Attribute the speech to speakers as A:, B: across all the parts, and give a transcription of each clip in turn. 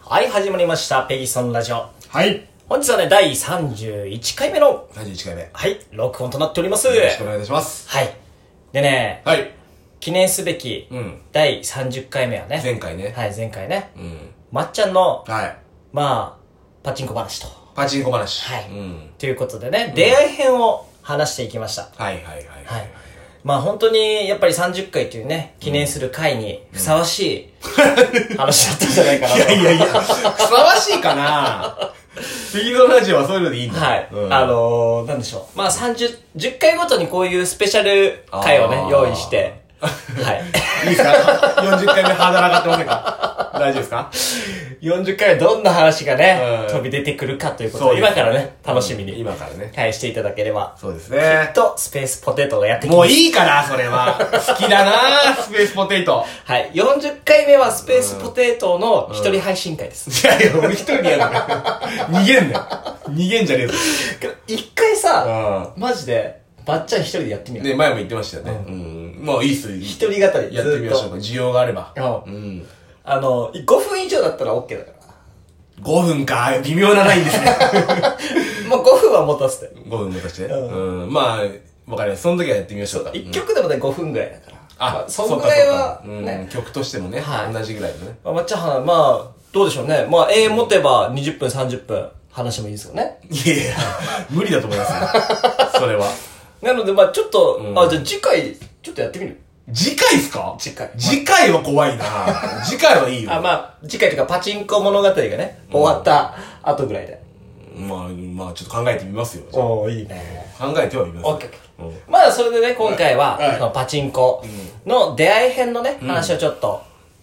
A: はい、始まりました。ペギソンラジオ。
B: はい。
A: 本日はね、第31回目の、
B: 第1回目。よ
A: はい、録音となっております。
B: ろしくお願いいたします。
A: はい。でね、
B: はい。
A: 記念すべき、
B: うん。
A: 第30回目はね、
B: 前回ね。
A: はい、前回ね、
B: うん。
A: まっちゃんの、
B: はい。
A: まあ、パチンコ話と。
B: パチンコ話。
A: はい
B: うん。
A: ということでね、出会い編を話していきました。
B: はいはいはいはい。
A: はい。まあ本当に、やっぱり30回というね、記念する回にふさわしい話だったんじゃないかなと。
B: いやいや、ふさわしいかなフィードラジオはそういうのでいいんだ。
A: はい。
B: うん
A: あ、のー、なんでしょう。まあ、30、10回ごとにこういうスペシャル回を
B: あ
A: ね、
B: ー
A: 用意 して。はい。
B: いいですか ?40 回目肌上がってませんか大丈夫ですか
A: 40回はどんな話がね、
B: うん
A: 飛び出てくるかということ
B: そう
A: で、
B: です
A: 今からね、楽しみに、
B: 今からね。
A: はい、していただければ。
B: そうです
A: きっ
B: ね。
A: と、スペースポテトがやってき
B: も
A: ま
B: う
A: す。
B: いいかなそれは。好きだなスペースポテイト。
A: はい。40回目はスペースポテトの一人配信会です。
B: いやいや、俺一人でやだから。 逃げんなよ。逃げんじゃねえぞ。
A: 一回さ、
B: うん。
A: マジで、ばっちゃん一人でやってみよう。
B: ね、前も言ってましたよね。うん。まあ、いいっす。
A: 一人語り。や
B: やってみましょうか。需要があれば。
A: か。う
B: うんん。
A: あの、5分以上だったら OK だから。
B: 5分か。微妙なラインですね。
A: もう5分は持たせて。
B: 5分もたして。
A: う
B: うん。まあ、わかります。その時はやってみましょうか。
A: 一曲でもね、5分ぐらいだから。ま
B: あ、
A: そのぐらいは、
B: そっかそっかうん
A: ね。
B: 曲としてもね
A: はい。
B: 同じぐらいのね。
A: まあ、まっちゃんは、まあ、どうでしょうね。まあ、永遠持てば20分、30分、話 してもいいですよね。
B: いやいや、無理だと思いま すよそれは。
A: なので、まあ、ちょっと、
B: ん
A: あ、じゃあ次回、ちょっとやってみる
B: 次回っすか
A: 次回
B: 次回は怖いな次回はいいよ。
A: あ、まあ、次回というか、パチンコ物語がね、終わった後ぐらいで。
B: まあ、まあ、ちょっと考えてみますよ。考
A: おー、いいね。
B: えてはみます
A: オ
B: よ。
A: ッケーオッケー
B: うん
A: まあ、それでね、今回は、
B: はい
A: そのパチンコの出会い編のね、話をちょっと、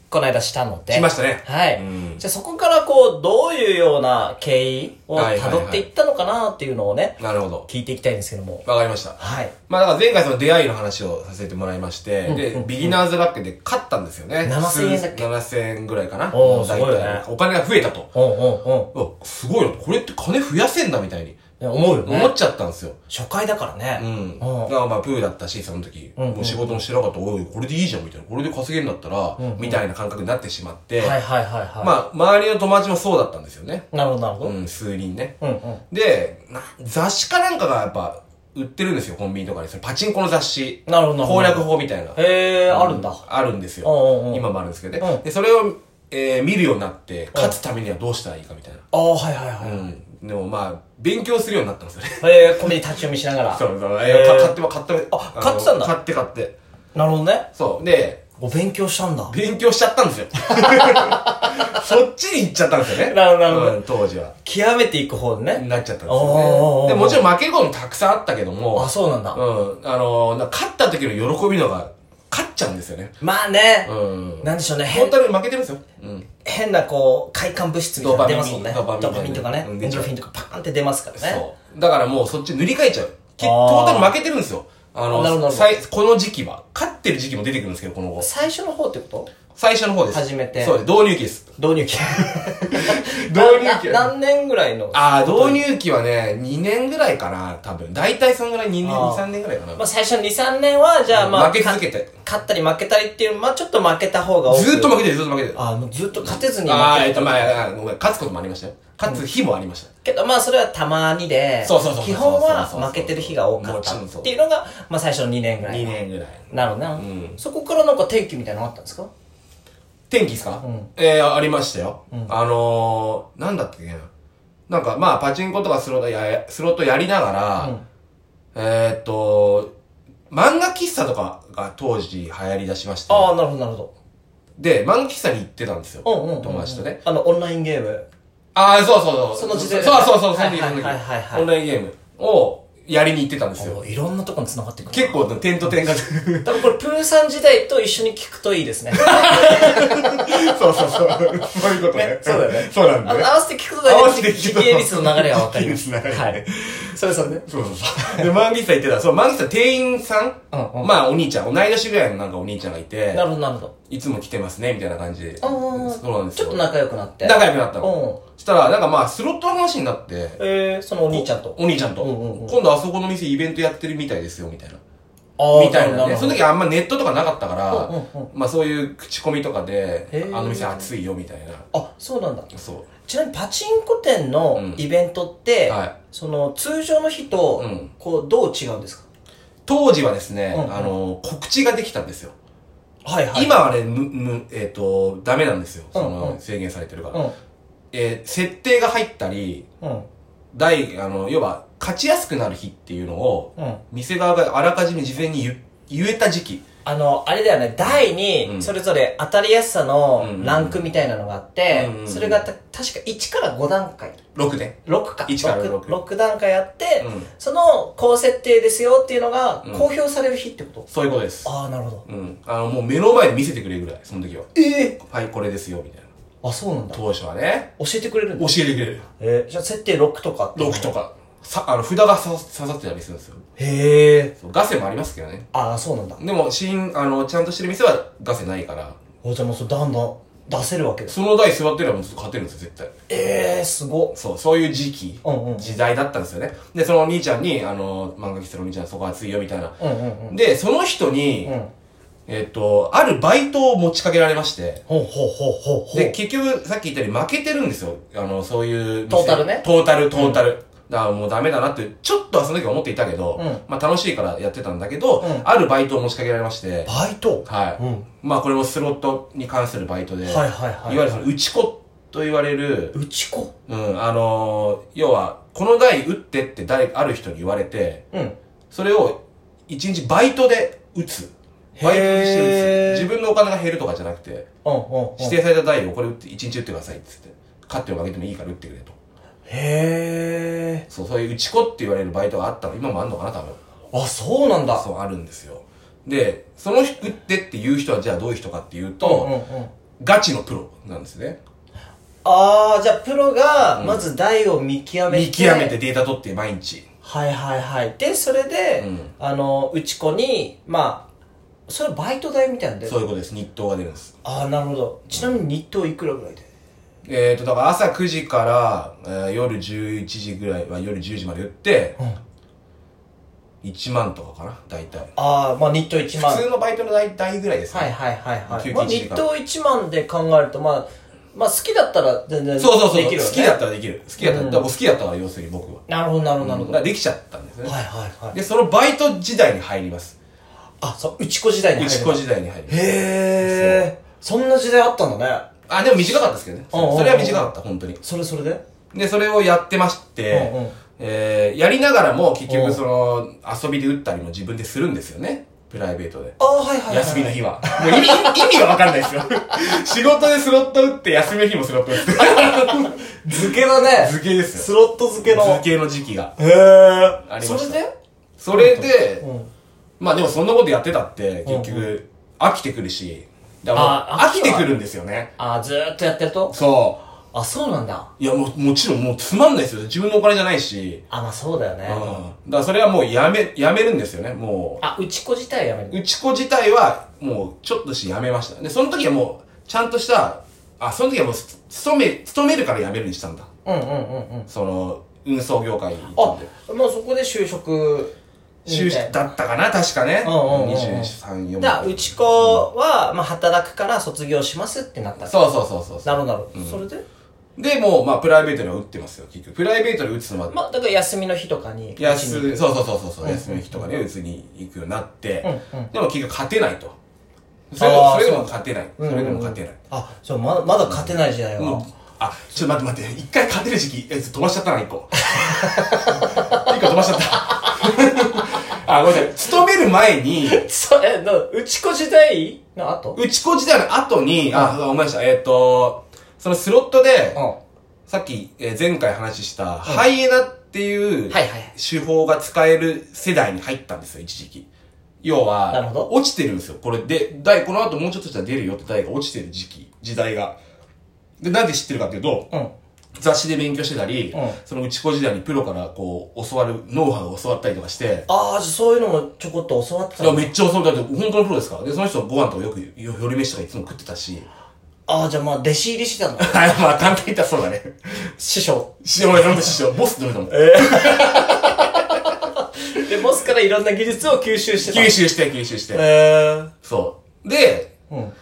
A: この間したので。
B: しましたね
A: はい。
B: うん
A: じゃあそこからこう、どういうような経緯を
B: はいはいはい
A: 辿っていったのかなっていうのをね、
B: なるほど。
A: 聞いていきたいんですけども。
B: わかりました。
A: はい。
B: まあだから前回その出会いの話をさせてもらいまして、で、ビギナーズラックで勝ったんですよね。
A: 7000円だっけ
B: ?7000 円ぐらいかな。
A: おー
B: 大体
A: すごいね
B: お金が増えたと。
A: うんうん
B: うわすごいな。これって金増やせんだみたいに。
A: うん。思うよ
B: 思
A: ね
B: っ。ちゃったんですよ。
A: 初回だからね。
B: うん。だ
A: うん
B: からまあプーだったし、その時。
A: うんうん
B: もう仕事もしてなかったら、おい、これでいいじゃんみたいな。これで稼げるんだったら、みたいな感覚になってしまって。
A: はいはいはいはい。
B: まあ、周りの友達もそうだったんですよね。
A: なるほどなるほど。
B: うん、数人ね。
A: うんうん。
B: で、な雑誌かなんかがやっぱ売ってるんですよ、コンビニとかに。それパチンコの雑誌。
A: なるほどなるほ
B: 攻
A: ど
B: 略法みたいな。
A: へえ、あるんだ。
B: あるんですよ。
A: うんうんうん
B: 今もあるんですけど
A: う
B: ね
A: ん。
B: で、それを、えー見るようになって、勝つためにはどうしたらいいかみたいな。
A: ああ、はいはいは
B: うん。でもまあ、勉強するようになったんですよ
A: い。
B: ね。
A: へえ、コンビニ立ち読みしながら。
B: そうそう。
A: へ
B: え
A: ー
B: ーか買っても買っても。
A: あ
B: の
A: 買ってたんだ
B: 買って買って。
A: なるほどね。
B: そう。で、
A: お勉強したんだ。
B: 勉強しちゃっ たんですよ。そっちに行っちゃったんですよね。
A: なるほどなるほど
B: うん当時は。
A: 極めていく方でね。
B: なっちゃったんです
A: おーおー
B: よ
A: おー
B: ね。で、もちろん負けることもたくさんあったけども。
A: あ、そうなんだ。
B: うん。あのー、な勝った時の喜びのが、勝っちゃうんですよね。
A: まあね
B: う、ん。
A: なんでしょうね。変
B: 本当に負けてるんですよ。うん。
A: 変なこう、快感物質みたいなの出ますもんね。
B: ドーパミン
A: ドーパミンとかね。エ
B: う
A: ン
B: ん
A: ドルフィンとかパーンって出ますからね。
B: そう。だからもうそっち塗り替えちゃう。き
A: あ
B: ト
A: ー
B: ータル負けてるんですよ。あ
A: なるほどなるほ
B: の、
A: ど
B: さいこの時期は。勝ってる時期も出てくるんですけど、この後。
A: 最初の方ってこと
B: 最初の方です。
A: 初めて
B: そうです。導入期です。
A: 導入 期。
B: 導入期
A: なな何年ぐらいの
B: ああ、導入期はね、2年ぐらいかな、多分。大体そのぐらい2年、
A: あー
B: 2、3年ぐらいかな。
A: まあ、最初の2、3年は、じゃあまあ、
B: 負け続けて
A: か勝ったり負けたりっていう、まあちょっと負けた方が多く
B: ずーっと負けてる、ずーっと負けてる。
A: ああ、もうずっと勝てずに負
B: ああ、
A: け
B: え
A: る
B: っと、まあ、あごめん勝つこともありましたよ。勝つ日もありました。
A: けど、まあそれはたまにで、
B: そうそうそう
A: 基本は
B: そうそうそうそう
A: 負けてる日が多かった
B: もちろんそう
A: っていうのが、まあ最初の2年ぐらい。
B: 2。年ぐらい。
A: なるほどな、
B: ん
A: そこからなんか天気みたいなのあったんですか
B: 天気ですか、
A: ん
B: えー、ありましたよ。あのー、なんだったっけな。なんか、まあ、パチンコとかスロットや、スロットやりながら、
A: うん
B: えー、っと、漫画喫茶とかが当時流行り出しまして、
A: ああ、なるほど、なるほ
B: で、漫画喫茶に行ってたんですよ。
A: ど。うんうんうんうん
B: 友達とね。。
A: あの、オンラインゲーム。
B: ああ、そうそうそう。
A: その時代
B: そうそうそう、その
A: はい
B: 時、そ
A: はい
B: の時
A: はいはいはい
B: オンラインゲームをやりに行ってたんですよ。
A: おいろんなとこに繋がってくる。
B: 結構、点と点が。 そう
A: 多分これ、プーさん時代と一緒に聞くといい ですね。
B: そうそう。そういうこと
A: ねそうだよね
B: そうな
A: あの合わせて聞くと大
B: 合わせて
A: 体、
B: 聞く
A: 時
B: と
A: 系率の流れがわかります。
B: 時系列の流れ
A: はい。それそれね。
B: そうそうそう。で、マンギスタ行ってた。そう、マンギスタ店員さん、
A: うんうん
B: まあ、お兄ちゃん、同い年ぐらいのなんかお兄ちゃんがいて
A: な、るほど、なるほど。
B: いつも来てますね、みたいな感じで。
A: あー
B: そうなんです
A: ちょ
B: よ。
A: っと仲良くなって。
B: 仲良くなった
A: うん
B: の。そしたら、なんかまあ、スロットの話になって、
A: えー、そのお兄ちゃんと。
B: お兄ちゃんと、
A: うんうんうん
B: 今度あそこの店イベントやってるみたいですよ、みたいな。
A: あー
B: みた
A: な
B: い
A: る
B: な
A: ほ
B: ね。
A: ど
B: その時あんまネットとかなかったから、
A: うんうん
B: まあそういう口コミとかで
A: へ、ー
B: あの店熱いよみたいな。
A: あ、そうなんだ。
B: そ
A: ちなみにパチンコ店の
B: うん
A: イベントって、
B: う。はい。
A: その通常の日と
B: うん、
A: こう、どう違うんですか、
B: 当時はですね、
A: うん
B: あの、告知ができたんですよ。
A: はいはい。
B: 今はね、む、む、えっ、と、ダメなんですよ。そ
A: うん
B: の
A: う、ん
B: 制限されてるから。
A: う
B: えー設定が入ったり、
A: ん。うん。
B: 第、あの、要は、勝ちやすくなる日っていうのを、
A: うん。
B: 店側があらかじめ事前に言言えた時期。
A: あの、あれだよね、台
B: う
A: に、
B: ん
A: それぞれ当たりやすさの
B: うん
A: ランクみたいなのがあって
B: う、ん
A: それがた確か1から5段階。
B: 6年。
A: 6か。
B: 1から
A: 六
B: 6
A: 六段階あって、
B: うん
A: その高設定ですよっていうのが
B: うん
A: 公表される日ってこと、
B: そういうことです。
A: ああ、なるほど。
B: うん。あの、もう目の前で見せてくれるぐらい、その時は。
A: ええ
B: はい、これですよ、みたいな。
A: あ、そうなんだ。教
B: 当初はね、
A: えてくれるん
B: 教
A: だ。
B: えてくれる。
A: えー、じゃあ設定6とかっていうの
B: 6とか。さ、あの、札が刺刺さってたりするんですよ。
A: へえ。
B: そうガセもありますけどね。
A: ああ、そうなんだ。
B: でも、新、あの、ちゃんとしてる店はガセないから、
A: おじゃあもうそうだんだん出せるわけです。
B: その台座ってればもうずっと勝てるんですよ、絶対。
A: ええー、すごっ。
B: そう、そういう時期、
A: うんうん
B: 時代だったんですよね。で、そのお兄ちゃんに、あの、漫画喫茶のお兄ちゃん、そこ熱いよ、みたいな。
A: うんうんうん。
B: で、その人に、
A: うん。
B: えっと、あるバイトを持ちかけられまして、
A: ほうほうほうほうほう。
B: で、結局、さっき言ったように負けてるんですよ。あの、そういう店。
A: トータルね
B: トータル、トータル。だからもうダメだなって、ちょっとはその時は思っていたけど、
A: うん
B: まあ楽しいからやってたんだけど、
A: うん
B: あるバイトを持ちかけられまして、
A: バイト
B: はい。
A: うん。
B: まあこれもスロットに関するバイトで、
A: はいはいはい。
B: いわゆるその、打ち子と言われる、
A: うちこ
B: うん、あのー要は、この台打ってって誰、ある人に言われて、
A: うん。
B: それを、一日バイトで打つ。バイトにして
A: へー
B: 打つ。自分のお金が減るとかじゃなくて、
A: うんうん、うん。
B: 指定された台をこれ打って、一日打ってくださいっつって。勝っても負けてもいいから打ってくれと。
A: へえ。
B: そう、そういう打ち子って言われるバイトがあったの。今もあんのかな、多分。
A: あ、そうなんだ。
B: そう、あるんですよ。で、その打ってっていう人はじゃあどういう人かっていうと、
A: うんうん。
B: ガチのプロなんですね。
A: ああ、じゃあプロが、まず台を見極めて。
B: 見極めて。データ取って毎日。
A: はいはいはい。で、それで、
B: うん
A: あの、うちこに、まあ、それバイト代みたいなんで。
B: そういうことです。日当が出るんです。
A: ああ、なるほど。ちなみに日当いくらぐらいで
B: えー、と、だから朝9時から、えー夜11時ぐらいは夜10時まで売って、1万とかかな、大体。
A: ああ、まあ日当1万。
B: 普通のバイトの大体ぐらいですね。
A: はいはいはいはい。
B: 休憩
A: まあ
B: 時
A: 日
B: 間
A: 当1万で考えると、まあ、まあ好きだったら全然できる
B: そう
A: よ、ね。
B: そうそう、好きだったらできる。好きだったら、
A: うん
B: だからもう好きだったから、要するに僕は。
A: なるほどなるほどな
B: だ
A: るほ
B: から
A: ど。
B: できちゃったんですね。
A: はいはいはい。
B: で、そのバイト時代に入ります。
A: あ、そう、うちこ時代に
B: 打
A: 入る
B: ち子時代に入ります。
A: へえ。そんな時代あったんだね。
B: あ、でも短かったですけどね。
A: うんうんうん
B: それは短かった、本当に。
A: それそれで
B: で、それをやってまして、
A: うんうん
B: えーやりながらも結
A: うん
B: 局その、遊びで打ったりも自分でするんですよね。プライベートで。
A: ああ、はいはいはい。
B: 休みの日は。もう意味、意味がわかんないです よ。仕事でスロット打って、休みの日もスロット打って。
A: 漬けだね。
B: 図形ですよ。
A: スロット 漬けの。
B: 図形の時期が。
A: へえ。
B: ありまし
A: そ
B: た
A: れで
B: それで
A: う、ん。
B: まあでもそんなことやってたって、
A: うん
B: 結局、飽きてくるし、だからもう
A: あ
B: 飽きてくるんですよね。
A: ああ、ずーっとやってると
B: そ
A: あ、そうなんだ。
B: う。いや、もう、もちろんもうつまんないですよ。自分のお金じゃないし。
A: あ、まあそうだよ
B: うん。だ
A: ね。
B: からそれはもうやめ、やめるんですよね、も
A: あ、うちこ自体やめ
B: う。
A: る。
B: うち子自体は、もう、ちょっとしやめました。で、その時はもう、ちゃんとした、あ、その時はもう、勤め、勤めるからやめるにしたんだ。
A: うんうんうんうん。
B: その、運送業界に行っ
A: あ
B: たんで。、
A: まあそこで就職。
B: 就職だったかな、確かね。
A: うんうんうんうん
B: 23、4
A: だからうち子は、まあ働くから卒業しますってなった。
B: そうそうそうそうそ
A: なるほどなるほど。それで
B: う。で、もう、まあ、プライベートでは打ってますよ、結局。プライベートで打つのは、
A: まあだから休みの日とかに。
B: 安
A: うちに
B: い、そうそうそうそうそう、休みの日とかね、打つに行くようになって、
A: うんうん
B: でも結局勝てないと。それでも
A: あー
B: それでも
A: そう
B: 勝てない。そ
A: うんうんうん
B: れでも勝てない。
A: あ、そう、ままだ勝てない時代
B: もう
A: は。
B: あ、ちょっと待って待って、一回勝てる時期、え飛ばしちゃったな、一個。一個飛ばしちゃった。あ、ごめんなさい。勤める前に、
A: そえ、な、うちこ時代の後
B: うち子時代の後に、あ、思い出した。えっ、と、そのスロットで、
A: うん。は
B: さっき、えー前回話した、ハイエナっていう、
A: いはいはい。
B: 手法が使える世代に入ったんですよ、一時期。要は、
A: なるほど
B: 落ちてるんですよ。これで、台、この後もうちょっとしたら出るよって台が落ちてる時期、時代が。で、なんで知ってるかっていうと、
A: うん。
B: 雑誌で勉強してたり、
A: うん
B: そのうち子時代にプロからこう、教わる、ノウハウを教わったりとかして、
A: ああ、じゃあそういうのもちょこっと教わってた
B: いや
A: の
B: めっちゃ教わったって、本当のプロですから。で、その人はご飯とかよく、よより飯とかいつも食ってたし。
A: ああ、じゃあまあ弟子入りして たんだ。
B: はい、まあ簡単に言ったらそうだね。
A: 師匠。
B: 師匠、俺、ほんと師匠、ボスって言われたもん。
A: えで、ボスからいろんな技術を吸収してた。
B: 吸収して、吸収して。
A: へー
B: そう。で、
A: うん。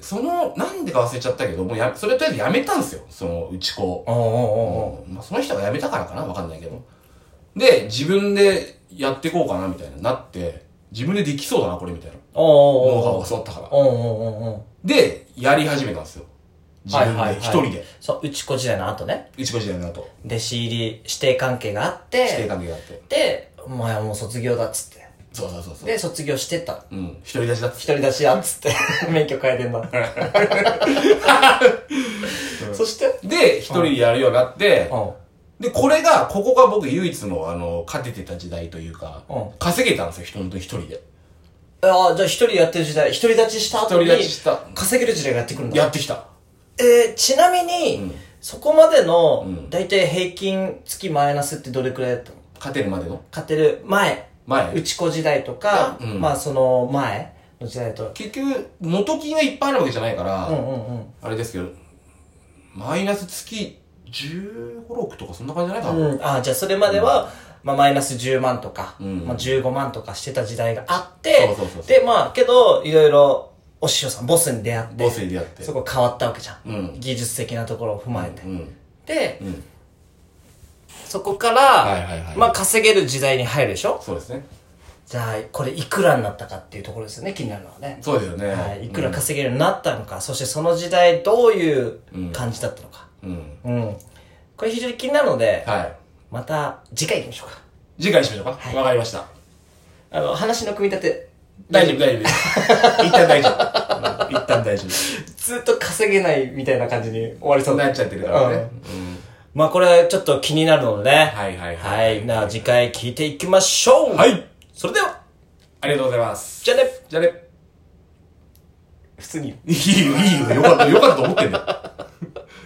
B: その、なんでか忘れちゃったけど、もうや、それとりあえずやめたんですよ。その、うち子。
A: おうおうおうおう
B: まあ、その人が辞めたからかなわかんないけど。で、自分でやっていこうかな、みたいな、なって、自分でできそうだな、これ、みたいな。
A: おう
B: ノウハ
A: おうお
B: ウ
A: う
B: が揃ったから。
A: おうおうおうおう
B: で、やり始めたんですよ。自分
A: はいはいは
B: で、
A: い
B: 一人で。
A: そう、うち子時代の後ね。
B: うち子時代の後、
A: 弟子入り、指定関係があっ
B: 指定
A: て、
B: 関係があって。
A: で、お前はもう卒業だっつって。
B: そうそうそうそう。
A: で、卒業してた。
B: うん、独り立ちだっつっ
A: 独り立ちだっつって、 免許変えてんだ。 そして
B: て。で、一人でやるようになって、
A: うん。
B: で、これが、ここが僕唯一の、あの、勝ててた時代というか、
A: うん
B: 稼げたんですよ、人と一人で。
A: ああ、じゃあ一人やってる時代、独り立ちした後に、
B: 独り立ちした
A: 稼げる時代がやってくるんだ。
B: やってきた。
A: えー、ちなみに、そこまでの
B: ん、
A: だいたい平均月マイナスってどれくらいだったの
B: 勝てるまでの
A: 勝てる前、
B: 前
A: う。ち子時代とか、
B: うん
A: まあその前の時代と。
B: 結局、元金がいっぱいあるわけじゃないから、
A: うんうんうん。
B: あれですけど、マイナス月15、6とかそんな感じじゃない多分。
A: うん、あじゃあそれまでは、まあ、マイナス10万とか、
B: うん
A: まあ、15万とかしてた時代があって
B: そうそうそうそう
A: でまあけどいろいろお師匠さんボスに出会って
B: ボスに出会って
A: そこ変わったわけじゃん、
B: うん
A: 技術的なところを踏まえて、
B: うん。
A: で、
B: うん
A: そこから、
B: いはいはい
A: まあ稼げる時代に入るでしょ
B: そうですね。
A: じゃあこれいくらになったかっていうところですよね気になるのはね
B: そうですよね。
A: はい、いくら稼げるようになったのか、そしてその時代どういう感じだったのか、
B: うん。
A: うんこれ非常に気になるので、
B: はい。
A: また次回行きましょうか
B: 次回にしましょうか。わ、かりました。
A: あの、話の組み立て、
B: 大丈夫、大丈夫です。一旦大丈夫。うん一旦大丈夫。
A: ずっと稼げないみたいな感じに終 わりそ
B: そうう
A: だ
B: なっちゃってるからね。うん
A: まあこれちょっと気になるのでね。
B: はいはい
A: は。
B: はいい
A: なあ次回聞いていきましょう
B: はい
A: それでは、
B: ありがとうございます。
A: じゃあね
B: じゃあね。
A: 普通に。
B: いいよ、いいよ。よかった、よかったと思ってんだよ。